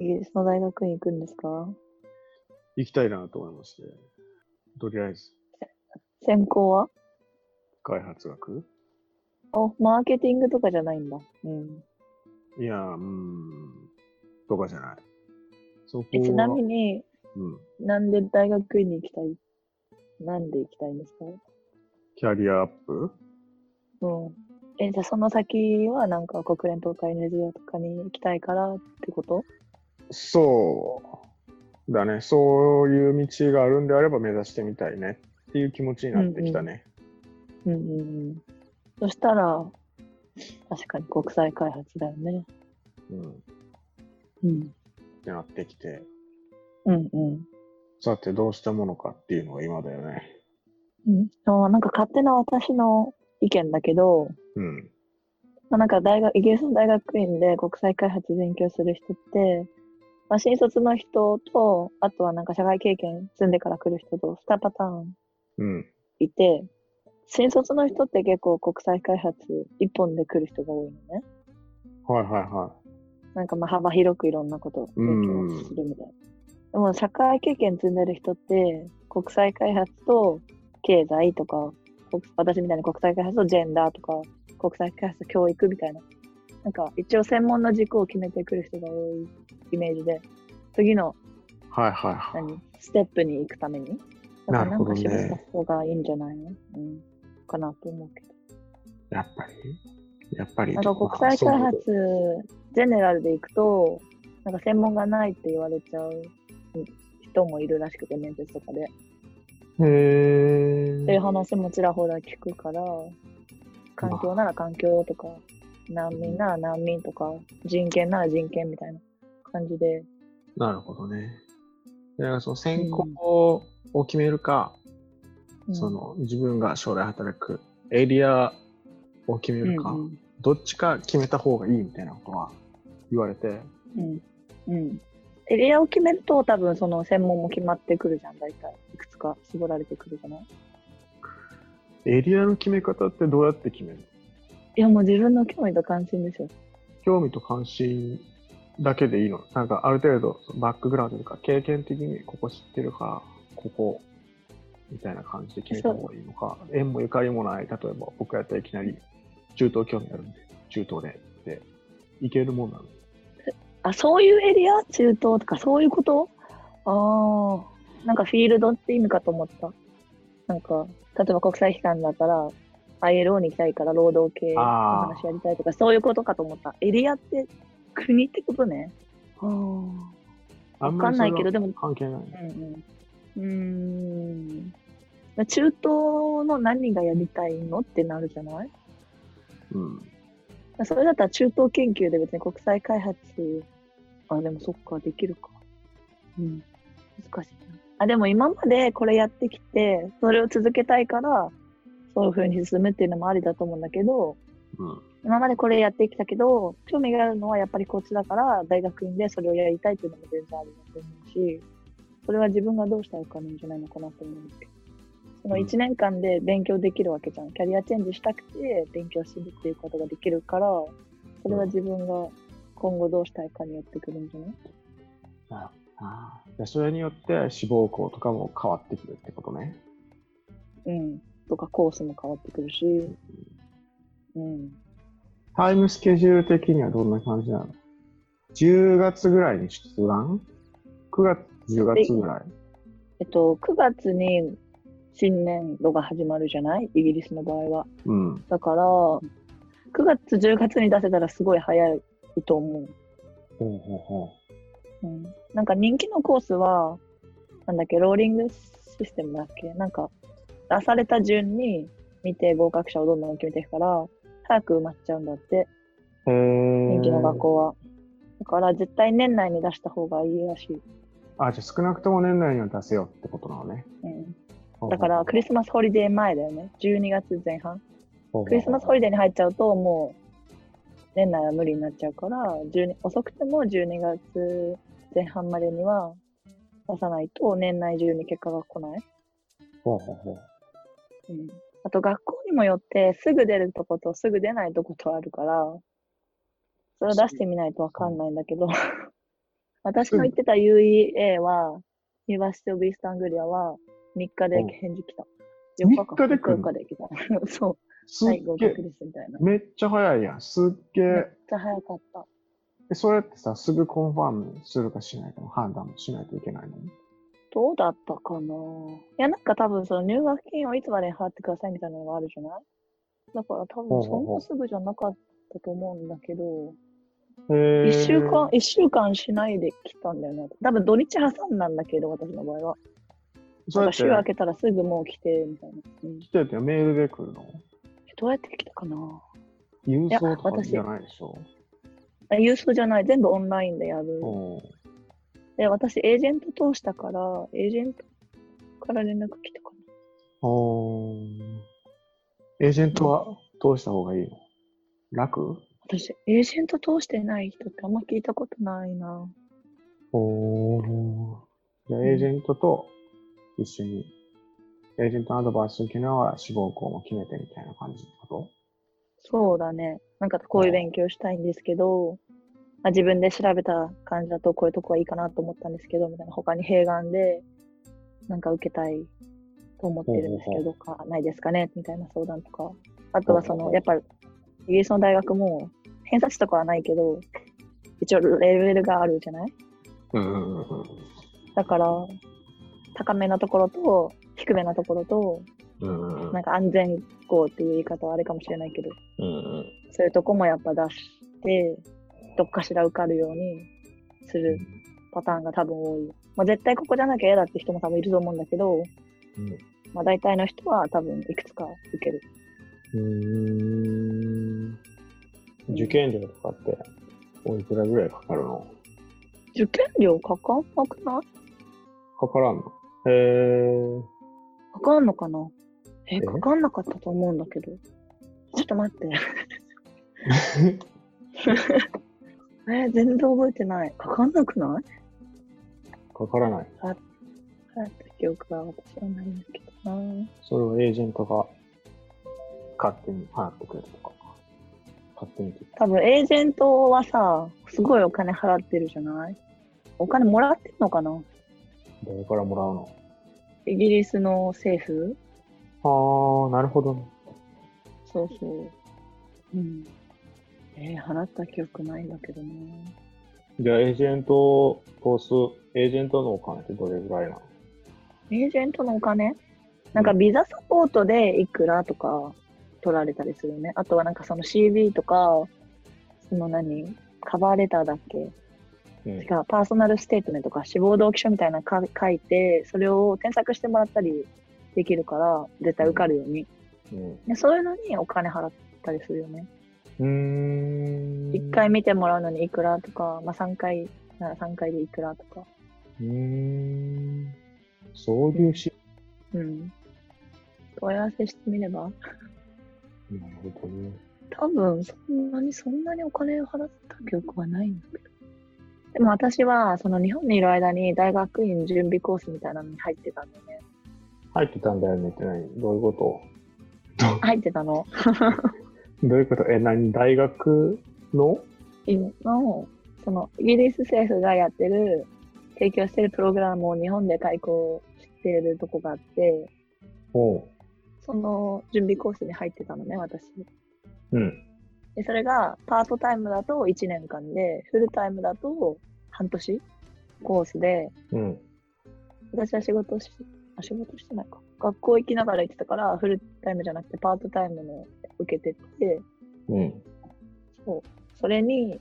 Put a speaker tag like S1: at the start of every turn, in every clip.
S1: イギリスの大学院行くんですか
S2: 行きたいなと思いまして。とりあえず、
S1: 専攻は
S2: 開発学
S1: お、マーケティングとかじゃないんだ。うん。
S2: いやー、うーん、とかじゃない。そこ
S1: え
S2: は、
S1: ちなみに、
S2: うん、
S1: なんで大学院に行きたいなんで行きたいんですか
S2: キャリアアップ
S1: うん。え、じゃあその先はなんか国連とか NGO とかに行きたいからってこと
S2: そうだね。そういう道があるんであれば目指してみたいねっていう気持ちになってきたね。
S1: うんうんうん。そしたら、確かに国際開発だよね。
S2: うん、
S1: うん。
S2: ってなってきて。
S1: うんうん。
S2: さて、どうしたものかっていうのが今だよね。
S1: うん、そうなんか勝手な私の意見だけど、
S2: うん。
S1: まあ、なんか大学イギリスの大学院で国際開発勉強する人って、まあ、新卒の人とあとはなんか社会経験住んでから来る人と2パターン
S2: うん。
S1: いて新卒の人って結構国際開発一本で来る人が多いのね
S2: はいはいは
S1: なんかまあ幅広くいろんなことを勉強するみたいなでも社会経験積んでる人って国際開発と経済とか国私みたいに国際開発とジェンダーとか国際開発と教育みたいななんか一応専門の軸を決めてくる人が多いイメージで次の
S2: い。はいはいはい。
S1: 何ステップに行くためにだから
S2: なる
S1: な
S2: ほ
S1: ん
S2: ど
S1: か
S2: ね
S1: 仕事した方がいいんじゃないの、うん、かなと思うけど。
S2: やっぱりやっぱり。
S1: なんか
S2: まあ
S1: 国際
S2: そう
S1: 開発ジェネラルで行くと、なんか専門がないって言われちゃう人もいるらしくて、面接とかで。っ
S2: へ
S1: ていう
S2: ー。
S1: 話もちらほら聞くから、環境なら環境とか、難民なら難民とか、人権なら人権みたいな感じで。
S2: なるほどね。だからその専攻を決めるか、
S1: うん
S2: そ、の自分が将来働くエリアを決め
S1: うん
S2: る
S1: う
S2: か、
S1: ん
S2: どっちか決めた方がいいみたいなことは言われて、
S1: うん。うん。エリアを決めると、多分その専門も決まってくるじゃん、大体。いくつか絞られてくるじゃない
S2: エリアの決め方ってどうやって決める
S1: いや、もう自分の興味と関心でしょ。
S2: 興味と関心だけでいいのなんかある程度そのバックグラウンドとか経験的にここ知ってるから、ここみたいな感じで決めた方がいいのか、縁もゆかりもない、例えば僕やったらいきなり中東興味あるんで、中東でって、いけるもんなの
S1: あ、そういうエリア中東とかそういうことああ、なんかフィールドって意味かと思った。なんか、例えば国際機関だったら、ILO に行きたいから労働系の
S2: あー
S1: 話やりたいとか、そういうことかと思った。エリアって国ってことね。ああ。
S2: あ
S1: わ
S2: ん
S1: か
S2: ま
S1: ん
S2: り
S1: ないけど、でも、
S2: 関係ない。
S1: うんうん。うーん。中東の何がやりたいのってなるじゃない
S2: うん。
S1: それだったら中東研究で別に国際開発、あ、でもそっか、できるか。うん。難しいな。あ、でも今までこれやってきて、それを続けたいから、そういう風に進むっていうのもありだと思うんだけど、
S2: うん。
S1: 今までこれやってきたけど、興味があるのはやっぱりこっちだから、大学院でそれをやりたいっていうのも全然ありだと思うし、それは自分がどうしたいかなんじゃないのかなと思うんですけど。その
S2: うん
S1: 1年間で勉強できるわけじゃん。キャリアチェンジしたくて勉強するっていうことができるから、それは自分が今後どうしたいかによってくるんじゃない
S2: なるほどなでそれによって志望校とかも変わってくるってことね。
S1: うん。とかコースも変わってくるし、うん。
S2: タイムスケジュール的にはどんな感じなの ?10 月ぐらいに出願 ?9 月、10月ぐらい。
S1: えっと、9月に新年度が始まるじゃないイギリスの場合は。
S2: うん。
S1: だから、9月、10月に出せたらすごい早いと思
S2: ほうほうほ
S1: う。うん、なんか人気のコースは、なんだっけ、ローリングシステムだっけなんか、出された順に見て合格者をどんどん決めていくから、早く埋まっちゃうんだって、
S2: う。へー
S1: 人気の学校は。だから絶対年内に出した方がいいらしい。
S2: あ、じゃあ少なくとも年内には出せよってことなのね。
S1: うん、だからクリスマスホリデー前だよね。12月前半。
S2: ク
S1: クリスマスホリ
S2: デ
S1: デーに入っちゃうと、もう年内は無理になっちゃうから、12遅くても12月前半までには出さないと、年内中に結果が来ない。
S2: ー。ほうほうほう。
S1: うん、あと、学校にもよって、すぐ出るとこと、すぐ出ないとことあるから、それを出してみないとわかんないんだけど、私の行ってた UEA は、ユニバーシティオブイスタングリアは、3日で返事来た。
S2: うん
S1: 4日か
S2: 3日で来る
S1: 4日で来た。 そう。
S2: す
S1: は
S2: っ
S1: い、合
S2: げえ
S1: 格、ですみたいな。めっ
S2: めっちゃ早いやん。すっげえ。
S1: ちゃ早かった。
S2: えそれってさ、すぐコンファームするかしないかの判断もしないといけないのに。
S1: どうだったかないや、なんか多分その入学金をいつまで払ってくださいみたいなのがあるじゃないだから多
S2: ほ
S1: 分
S2: うほう
S1: そん
S2: ほう
S1: なすぐじゃなかったと思うんだけど、
S2: え
S1: 一週間、一週間しないで来たんだよね。多分土日挟んだんだけど、私の場合は。
S2: そ
S1: な
S2: うん
S1: か
S2: やっ
S1: 週明
S2: て
S1: けたらすぐもう来て、みたいな。うん
S2: 来ててメールで来るの
S1: どうやって来たかな
S2: 郵
S1: や
S2: 送とか
S1: 私
S2: じゃないでしょ。
S1: あ郵送じゃない、全部オンラインでやる。
S2: うん
S1: で、私、エージェント通したから、エージェントから連絡来たかな。
S2: おーエージェントはどうした方がいいの楽
S1: 私、エージェント通してない人ってあんま聞いたことないな。
S2: おーじゃあエージェントと一緒に、エージェントのアドバイスを受けながら志望校も決めてみたいな感じってこ
S1: そうだね。なんかこういう勉強したいんですけど、まあ、自分で調べた感じだとこういうとこはいいかなと思ったんですけど、みたいな。他に併願で、なんか受けたいと思ってるんですけ
S2: ほ
S1: ど、どうかないですかねみたいな相談とか。あとはそ
S2: ほうほ
S1: の、
S2: う
S1: やっぱ、イギリスの大学も、偏差値とかはないけど、一応レベルがあるじゃない
S2: とうんうんうん
S1: だから、高めなところと、低めなところと、
S2: うんうん
S1: なんか安全校っていう言い方はあれかもしれないけど、
S2: うんうん
S1: そういうとこもやっぱ出して、どっかしら受かるようにするパターンが多分多い。まあ、絶対ここじゃなきゃ嫌だって人も多分いると思うんだけど、
S2: うん
S1: まあ、大体の人は多分いくつか受ける。
S2: うーん受験料とかっておいくらぐらいかかるの
S1: 受験料かかんなくない
S2: かからんのへえ。
S1: かかんのかなえ、
S2: え
S1: かかんなかったと思うんだけど。ちょっと待って。 え、全然覚えてない。かかんなくない
S2: かからない。
S1: 払った記憶が私はないんだけどな。
S2: それをエージェントが勝手に払ってくれるとか。勝手にって
S1: 多分エージェントはさ、すごいお金払ってるじゃないお金もらってんのかな
S2: 誰からもらうの
S1: イギリスの政府
S2: ああ、なるほどね。
S1: そうそう。うん。えー、払った記憶ないんだけどね。
S2: じゃあエージェントを通す、エージェントのお金ってどれぐらいなの
S1: エージェントのお金なんかビザサポートでいくらとか取られたりするよね。あとはなんかその CV とか、その何カバーレターだっけ
S2: うん
S1: 違う、パーソナルステートメントか、志望動機書みたいなのか書いて、それを添削してもらったりできるから、絶対受かるように。
S2: うん
S1: でそういうのにお金払ったりするよね。
S2: うーん。
S1: 1回見てもらうのにいくらとか、まあ、3回なら3回でいくらとか。
S2: うーん。そういうし、
S1: うん。問い合わせしてみれば
S2: なるほどね。
S1: 多分そんなにそんなにお金を払った記憶はないんだけど。でも私はその日本にいる間に大学院準備コースみたいなのに入ってたんだね。
S2: 入ってたんだよねって何どういうことど
S1: 入ってたの。
S2: どういうことえ、何大学の
S1: のそのイギリス政府がやってる提供してるプログラムを日本で開講してるとこがあって
S2: おう。
S1: その準備コースに入ってたのね私
S2: うん。
S1: でそれがパートタイムだと1年間でフルタイムだと半年コースで
S2: うん。
S1: 私は仕事しあ仕事してないか学校行きながら行ってたからフルタイムじゃなくてパートタイムの受けてって
S2: うん。
S1: そう。それに、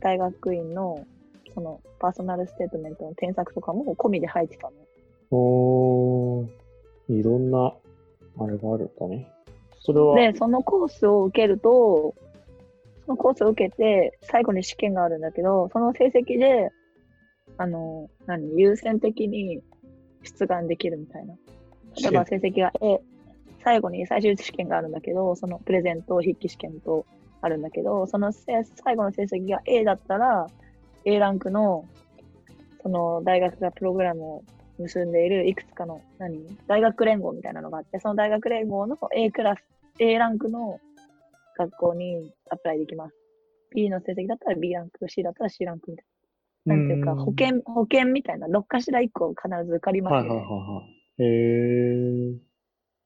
S1: 大学院の、その、パーソナルステートメントの添削とかも込みで入ってたの。
S2: おー。いろんな、あれがあるんだね。それは、
S1: で、そのコースを受けると、そのコースを受けて、最後に試験があるんだけど、その成績で、あの、何、優先的に出願できるみたいな。例えば成績が A、最後に最終試験があるんだけど、そのプレゼント、筆記試験とあるんだけど、そのせ最後の成績が A だったら、A ランクの、その大学がプログラムを結んでいるいくつかの、何大学連合みたいなのがあって、その大学連合の A クラス、A ランクの学校にアプライできます。B の成績だったら B ランク、C だったら C ランクみたいなんていうか、保険、保険みたいな、どっかしら一個必ず受かりますよね。
S2: はいはいはいはい。へえ。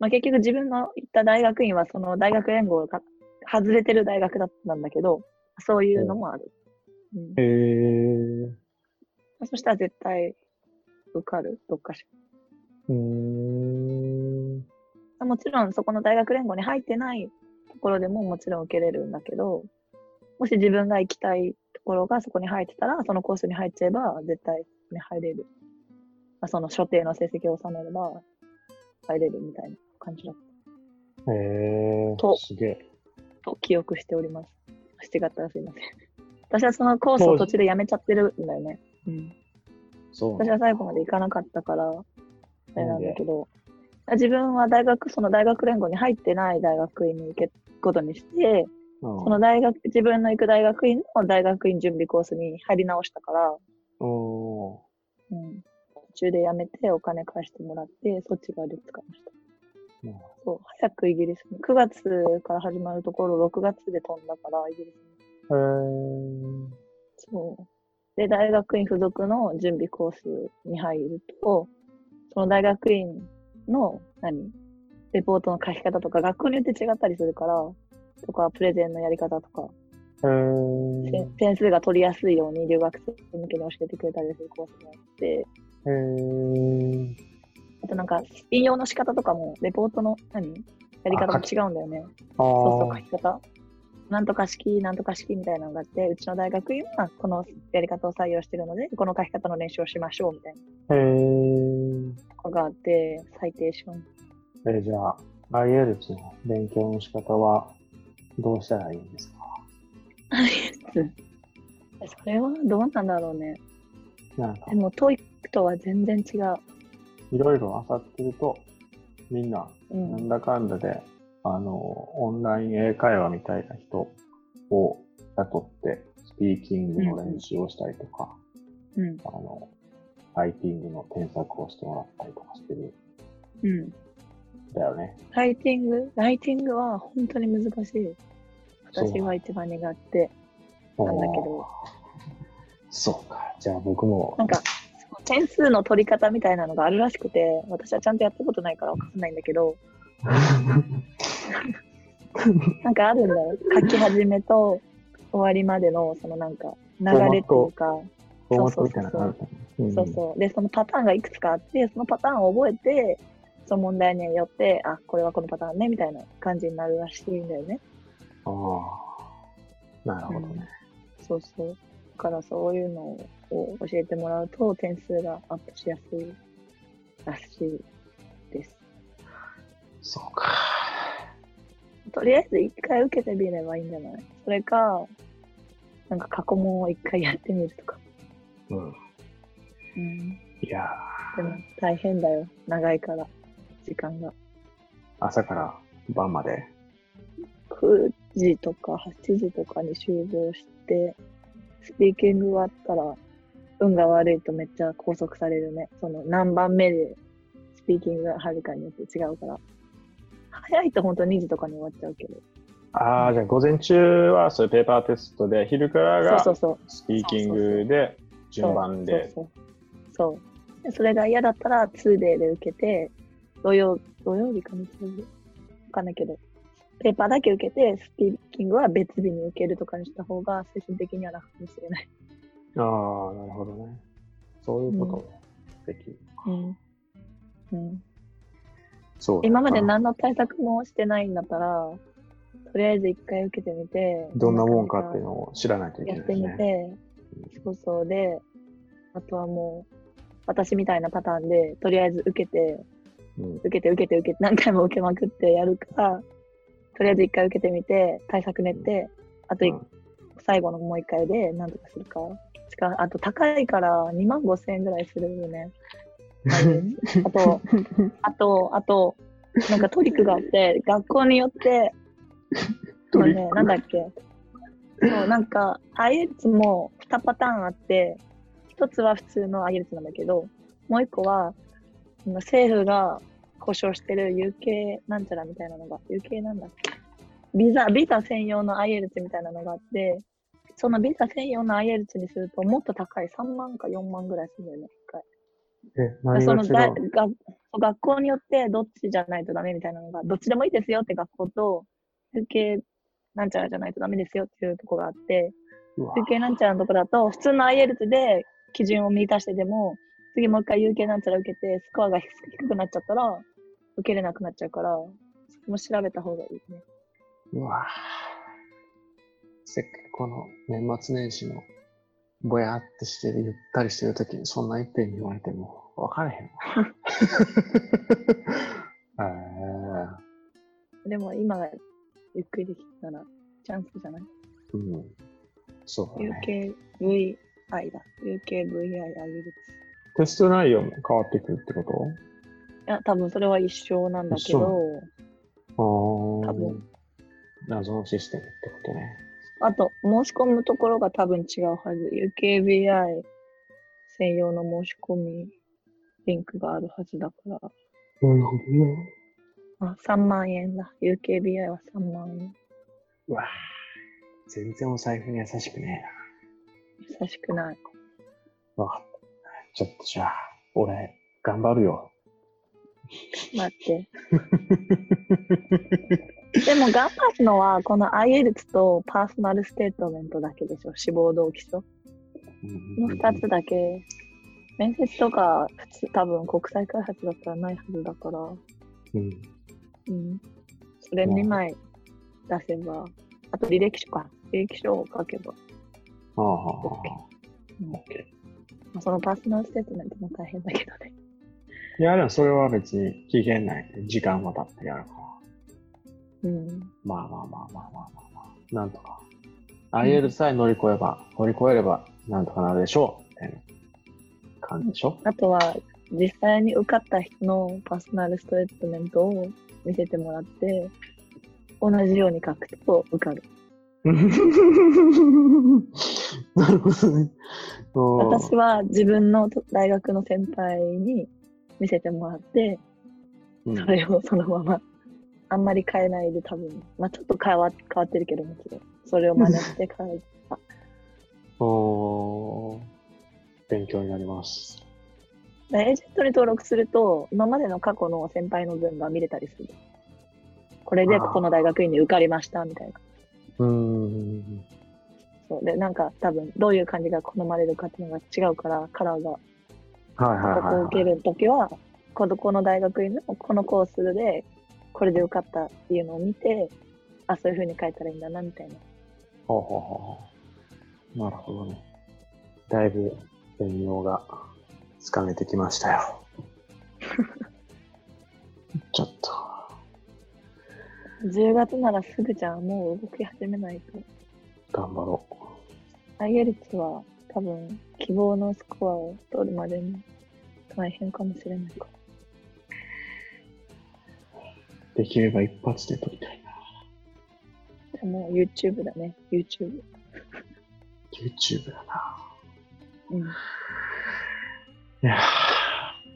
S1: まあ、結局自分の行った大学院はその大学連合が外れてる大学だったんだけど、そういうのもある。うん
S2: へえ。
S1: そしたら絶対受かる、どっかし
S2: うーん。
S1: ら。もちろんそこの大学連合に入ってないところでももちろん受けれるんだけど、もし自分が行きたいところがそこに入ってたら、そのコースに入っちゃえば絶対そこに入れる。まあ、その所定の成績を収めれば入れるみたいな感じだ
S2: へえ。
S1: と
S2: すげえ。
S1: と記憶しております。間違ったらすいません。私はそのコースを途中でやめちゃってるんだよね。うん、
S2: そう
S1: 私
S2: なんだ。
S1: は最後まで行かなかったから、あれなんだけど、自分は大学、その大学連合に入ってない大学院に行けることにして、
S2: うん
S1: その大学、自分の行く大学院の大学院準備コースに入り直したから、
S2: お
S1: うん、途中でやめてお金返してもらって、そっち側で使いました。
S2: ーうん
S1: そう、早くイギリスに。9月から始まるところ、6月で飛んだから、イギリスに。
S2: へー
S1: そう。で、大学院附属の準備コースに入ると、その大学院の、何レポートの書き方とか、学校によって違ったりするから、とか、プレゼンのやり方とか、
S2: へー
S1: せん点数が取りやすいように留学生向けに教えてくれたりするコースがあって、
S2: へー
S1: あとなんか、引用の仕方とかも、レポートの、何やり方も違うんだよね。
S2: あ
S1: そうそう、
S2: ー
S1: 書き方。なんとか式、なんとか式みたいなのがあって、うちの大学院はこのやり方を採用してるので、この書き方の練習をしましょうみたいな
S2: へー
S1: とかがあって、サイテーション。
S2: えーじゃあ、IELTS の勉強の仕方はどうしたらいいんですか
S1: それはどうなんだろうね。
S2: なんか
S1: で、も、トイックとは全然違う。
S2: いろいろ漁ってると、みんな、
S1: う。
S2: なんんだかんだで、あの、オンライン英会話みたいな人を雇って、スピーキングの練習をしたりとか、
S1: うん。
S2: あの、ライティングの添削をしてもらったりとかしてるん
S1: うん。
S2: だよね。
S1: ライティング、ライティングは本当に難しい。私は一番苦手なんだけ
S2: おー
S1: ど、
S2: そうか。じゃあ僕も
S1: なんか、点数の取り方みたいなのがあるらしくて、私はちゃんとやったことないからわかんないんだけ ど、なんかあるんだよ。書き始めと終わりまでの、そのなんか、流れというか、
S2: フォーマットみたいなのがあるからね
S1: そうそう。で、そのパターンがいくつかあって、そのパターンを覚えて、その問題によって、あ、これはこのパターンね、みたいな感じになるらしいんだよね。
S2: うんああ。なるほどね。
S1: そうそう。だからそういうのを教えてもらうと、点数がアップしやすいらしいです。
S2: そうか。
S1: とりあえず一回受けてみればいいんじゃないそれか、なんか過去問を一回やってみるとか。
S2: うん。
S1: うん。
S2: いや
S1: でも大変だよ。長いから、時間が。
S2: ー朝から晩まで。
S1: 9時とか8時とかに集合して、スピーキング終わったら、運が悪いとめっちゃ拘束されるね。その何番目でスピーキングがはるかによって違うから。早いと本当2時とかに終わっちゃうけど。
S2: ああ、じゃあ午前中はそういうペーパーテストで、昼からが
S1: そうそうそう。
S2: スピーキングで、順番で。
S1: そうそうそうそうでそれが嫌だったら 2day で受けて土曜土曜日か日曜日わかんないけどペーパーだけ受けてスピーキングは別日に受けるとかにした方が精神的には楽かもしれない、
S2: ああ、なるほどね。そういうことねできる。
S1: うんうん、
S2: そうだ
S1: 今まで何の対策もしてないんだったらとりあえず一回受けてみて
S2: どんなもんかっていうのを知らないといけ
S1: や
S2: な
S1: っ
S2: い
S1: て
S2: です
S1: み
S2: ね。
S1: て、そうそうであとはもう私みたいなパターンでとりあえず受けて
S2: うん
S1: 受けて受けて受けて何回も受けまくってやるかとりあえず一回受けてみて対策練ってあとい、
S2: うん
S1: 最後のもう一回で何とかするかしかあと高いから2万5千円ぐらいするよねあ とあとあとなんかトリックがあって学校によって
S2: トリ
S1: あの
S2: ッ
S1: ね
S2: ク
S1: なんだっけそうなんか IELTS も2パターンあって1つは普通の IELTS なんだけどもう1個はあの政府が故障してる UK なんちゃらみたいなのが UK なんだっけビザビザ専用の IELTS みたいなのがあってそのビザ専用の IELTS にすると、もっと高い3万か4万ぐらいするんだよね、一回。
S2: え、
S1: だから
S2: 何
S1: そ
S2: が
S1: の
S2: 違
S1: だ
S2: う
S1: が学校によってどっちじゃないとダメみたいなのが、どっちでもいいですよって学校と、風景なんちゃらじゃないとダメですよっていうとこがあって、
S2: うわ
S1: 風景なんちゃらのとこだと、普通の IELTS で基準を満たしてでも、次もう一回有形なんちゃら受けて、スコアが低くなっちゃったら、受けれなくなっちゃうから、そこも調べた方がいいね。
S2: うわせっかくこの年末年始のぼやってしてる、ゆったりしてる時にそんな一遍に言われても分からへんわ。へ
S1: でも今がゆっくりできたら、チャンスじゃない
S2: えうん。そうだね。
S1: ?UKVI だ。UKVI あげる
S2: テスト内容も変わってくるってこ
S1: いや、多分それは一緒なんだけど、
S2: とああ。
S1: 多分
S2: 謎のシステムってことね。
S1: あと、申し込むところが多分違うはず。UKVI 専用の申し込みリンクがあるはずだから。
S2: なるほどね。
S1: あ、3万円だ。UKVI は3万円。
S2: うわ全然お財布に優しくねえな。
S1: 優しくない。
S2: わかった。ちょっとじゃあ、俺、頑張るよ。
S1: 待って。でも頑張るのは、この IELTS とパーソナルステートメントだけでしょ。志望動機と。この2つだけ。面接とか、普通、多分国際開発だったらないはずだから。
S2: うん。
S1: うん。それ2枚出せば、あと履歴書か。履歴書を書けば、
S2: ああ、
S1: うん
S2: オッケ
S1: まあそのパーソナルステートメントも大変だけどね。
S2: ー。いや、でもそれは別に期限内で時間はたってやるから。
S1: うん。
S2: まあまあまあまあまあまあ、まあ、なんとか。IL さえ乗り越えば、乗り越えればなんとかなるでしょうみたいな感じでし ょ、
S1: あとは、実際に受かった人のパーソナルステートメントを見せてもらって、同じように書くと受かる。
S2: なるほどね。うん
S1: 私は自分の大学の先輩に見せてもらって、
S2: うん
S1: それをそのまま、あんまり変えないで多分、まあちょっと変わ変わってるけどもちろん、それを真似して変え
S2: おー勉強になります。
S1: エージェントに登録すると、今までの過去の先輩の分が見れたりする。これで
S2: あー
S1: ここの大学院に受かりましたみたいな。
S2: うーん。
S1: そうで、なんか多分どういう感じが好まれるかっていうのが違うから、カラーが、こ
S2: はいはいはい、
S1: こを
S2: は
S1: 受けるときは、このこの大学院のこのコースで、これで受かったっていうのを見て、あ、そういう風に書いたらいいんだなみたいな。
S2: ほうほうほうほう。なるほどね。だいぶ勉強がつかめてきましたよ。ちょっと。
S1: 10月ならすぐじゃん、もう動き始めないと。
S2: 頑張ろ
S1: IELTS は多分希望のスコアを取るまでに大変かもしれないから。
S2: う。できれば一発で撮りたいな。
S1: でも YouTube だね、YouTube。
S2: YouTube だな。
S1: うん、
S2: いや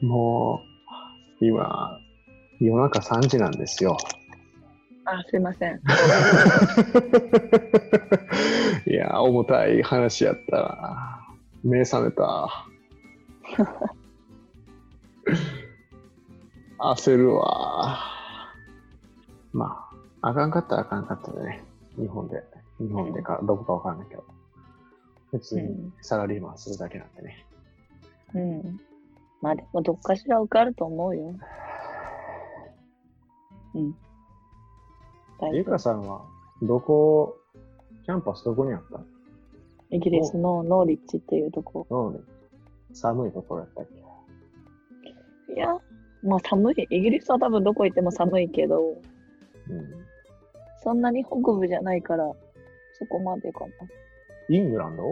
S2: ーもう、今、夜中3時なんですよ。
S1: あ、すいません。
S2: いやー、重たい話やったな。目覚めた。 焦るわ。まあ、あかんかったらあかんかったでね。日本で。日本でか、どこかわからないけど。別
S1: う
S2: に
S1: ん
S2: サラリーマンするだけなんでね。
S1: うん。まあでもどっかしら受かると思うよ。うん。大
S2: ゆ
S1: 丈
S2: かさんは、どこ、キャンパスどこにあった
S1: 夫イギリスのノーリッチっていうとこ。
S2: のうん寒いところやったっけ
S1: いや、まあ寒い。イギリスは多分どこ行っても寒いけど、
S2: うん。
S1: そんなに北部じゃないから、そこまでかな。
S2: イングランド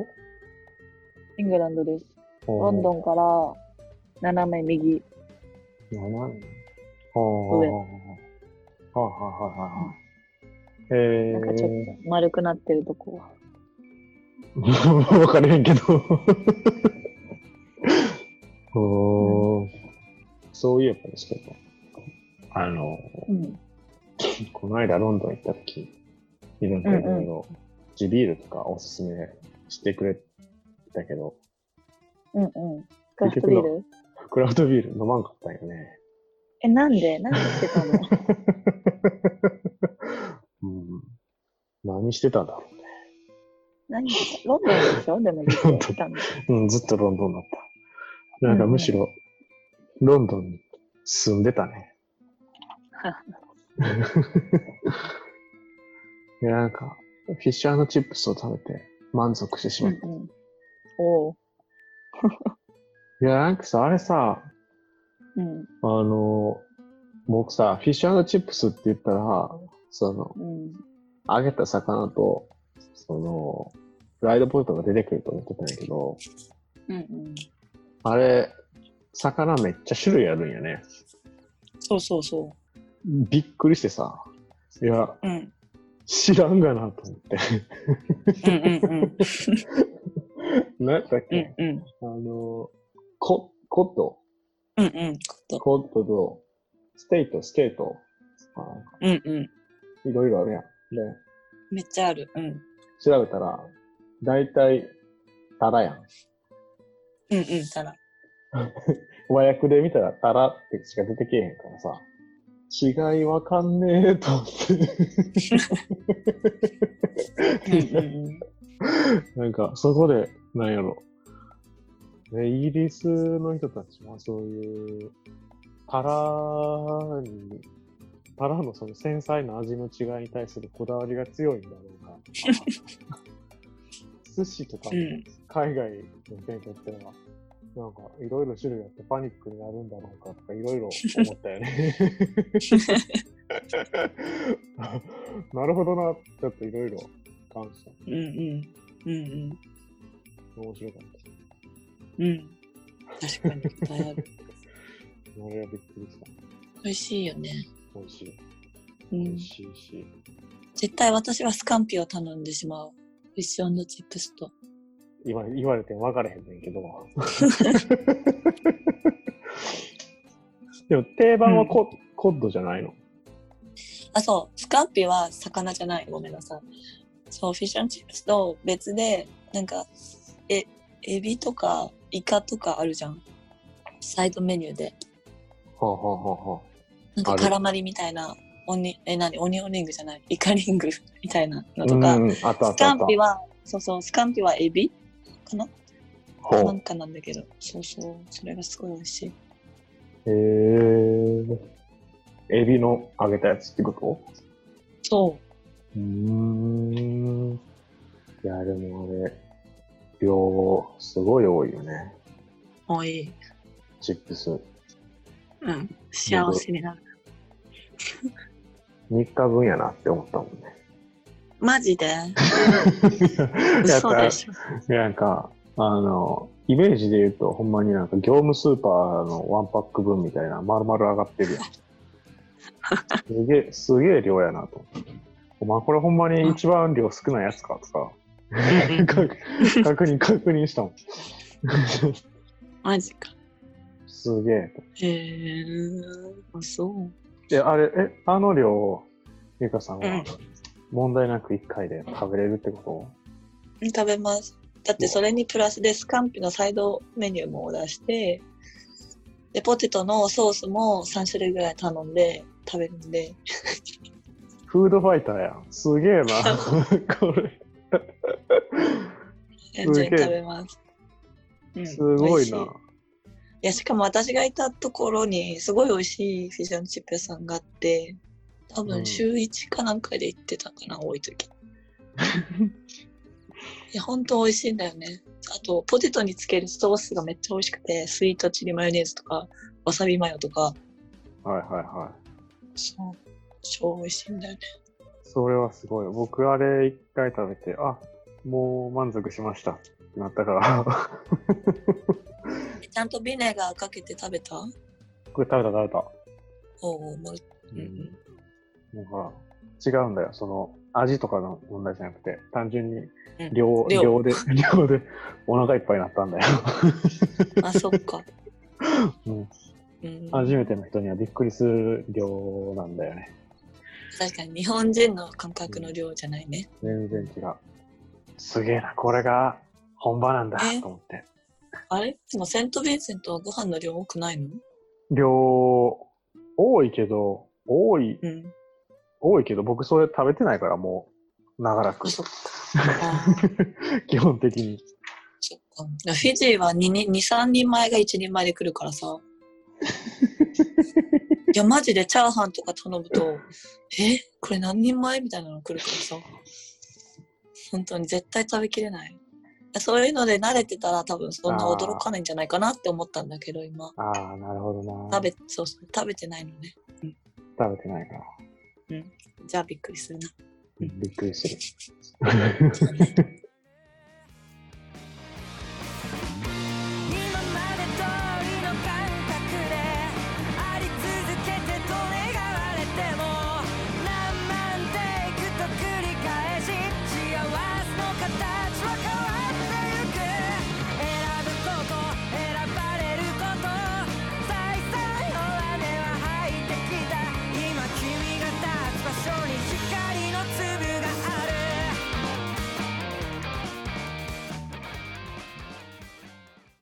S1: イングランドです。ロンドンから斜め右。
S2: ななほうほうほうほうはいはいはいはい。へえ
S1: なんかちょっと丸くなってるとこ。
S2: と。わかれへんけ ど。ほうそういえばですけど、あの、
S1: うん。
S2: この間ロンドン行った時いるんだけど、
S1: うん
S2: 地ビールとかおすすめしてくれたけど、
S3: うんうん。クラフトビール
S2: クラフトビール飲まんかったんよね。
S3: え、なんでなんでしてたの
S2: うん、何してたんだろ
S3: 何してたロンドンでしょでもずっと来たんで。
S2: う。うん、ずっとロンドンだった。なんかむしろ、ロンドンに住んでた ね。いや、なんか、フィッシュチップスを食べて満足してし
S3: う
S2: ま
S3: ん
S2: っ
S3: うん。おう。
S2: た。いや、なんかさ、あれさ、
S3: うん
S2: あの、僕さ、フィッシュチップスって言ったら、その、
S3: うん。
S2: 揚げた魚と、その、フライドポテトが出てくると思ってたんやけど、
S3: うんうん。
S2: あれ、魚めっちゃ種類あるんやね。
S3: そうそうそ
S2: びっくりしてさ、いや、
S3: う。うん。
S2: 知らんがなと思って。
S3: うんうんうん。
S2: なんだっけ、
S3: うんうん。
S2: あの、ココット、
S3: うんうん。
S2: コットと、ステイト、スケート、あ
S3: うんうん。
S2: いろいろあるやん。で、
S3: めっちゃある。うん。うん
S2: 調べたら、だいたい、タラやん。
S3: うん。たら。
S2: 和訳で見たらタラってしか出てけえへんからさ、違いわかんねえと
S3: う
S2: 思
S3: んう
S2: って。
S3: んうん。
S2: なんか、そこで、なんやろ。ねイギリスの人たちはそういう、タラに、タラのその繊細な味の違いに対するこだわりが強いんだろうな。寿司とかも
S3: うん
S2: 海外の店舗ってのは、なんかいろいろ種類あってパニックになるんだろうかとかいろいろ思ったよね。 なるほどな、ちょっといろいろ感じた。
S1: うんうん。うん
S2: 面白かっ
S1: う
S2: た。
S1: ん。うん。確かにいっぱいある。
S2: あれはびっくりした。
S1: 美味しいよね。
S2: 美味しい。
S1: う
S2: 美
S1: ん
S2: 味。しいし。
S1: 絶対私はスカンピを頼んでしまう。フィッシュチップスと。
S2: 今言われて分かれへんねんけ ど。でも定番はコ,、コッドじゃないの。
S1: あ、そう。スカンピは魚じゃない。ごめんなさい。そう、フィッシュチップスと別で、なんか、え、エビとかイカとかあるじゃん。サイドメニューで。
S2: はあ、はあはあは
S1: なんか
S2: ある
S1: カラマリみたいな、オニ、え、何オニオンリングじゃない。イカリング みたいな
S2: あ、
S1: のとか。
S2: うんうん、あったあ
S1: ス
S2: った
S1: カ
S2: あった
S1: ンピは、そうそう、スカンピはエビかな
S2: ほう
S1: なんかなんだけど、そうそう、それがすごい美味しい。
S2: へーエビの揚げたやつってこと
S1: そう。
S2: うーん。いや、でもあれ、量、すごい多いよね。
S1: 多い。
S2: チップス。
S1: うん。幸せになる。
S2: 3日分やなって思ったもんね。
S1: マジ で
S2: やっ
S1: 嘘
S2: ぱ
S1: でしょ。
S2: いやなんか、あの、イメージで言うと、ほんまになんか業務スーパーのワンパック分みたいな、丸々上がっ てるやん。すげえ、すげえ量やなと思って。お前これほんまに一番量少ないやつかと か、確確認、確認したもん。
S1: マジか。
S2: すげえと。
S1: へえー。あ、そう。
S2: え、あれ、え、あの量を、ゆかさん
S1: う
S2: は
S1: ん、
S2: 問題なく1回で食べれるってこ
S1: 食べます。だってそれにプラスでスカンピのサイドメニューも出して、で、ポテトのソースも3種類ぐらい頼んで食べるんで、
S2: とフードファイターやん。すげえ な。これ。
S1: 全然
S2: すげえ
S1: 食べます。うん
S2: すご
S1: 美味
S2: い
S1: し
S2: な。
S1: いやしかも私がいたところにすごい美味しいフィッシュチップ屋さんがあって多
S2: うん
S1: 分週1かなんかで行ってたかな、多い 時いや本当美味しいんだよねあとポテトにつけるソースがめっちゃ美味しくてスイートチリマヨネーズとかわさびマヨとか
S2: はいはいはい。
S1: そう超美味しいんだよね
S2: それはすごい。僕、あれ一回食べて、あ、もう満足しましたってなったから。
S1: ちゃんとビネガーかけて食べた
S2: これ食べた食べた。
S1: おうおうもううん
S2: だから、違うんだよ。その、味とかの問題じゃなくて、単純に
S1: うん
S2: 量、
S1: 量
S2: 量で、 量でお腹いっぱいになったんだよ。
S1: あそっか、
S2: うん
S1: うん、
S2: 初めての人にはびっくりする量なんだよね。
S1: 確かに日本人の感覚の量じゃないね
S2: 全然違う。すげえな、これが本場なんだ
S1: え
S2: と思って。
S1: あれでもセント・ヴィンセントはご飯の量多くないの
S2: 量、多いけど、多い、
S1: うん。
S2: 多いけど、僕それ食べてないからもう、長ら く
S1: あ、。そっか。あー
S2: 基本的に。
S1: そっか。フィジーは2、2 3人前が1人前で来るから さ。いや、マジでチャーハンとか頼むと、えこれ何人前みたいなの来るからさ。本当に絶対食べきれない。そういうので慣れてたら多分そんな驚かないんじゃないかなって思ったんだけど、今。
S2: ああ、なるほどな。
S1: 食べ、そうそう、食べてないのね。
S2: 食べてないから。
S1: じゃあびっくりするな。
S2: びっくりする。
S1: そうね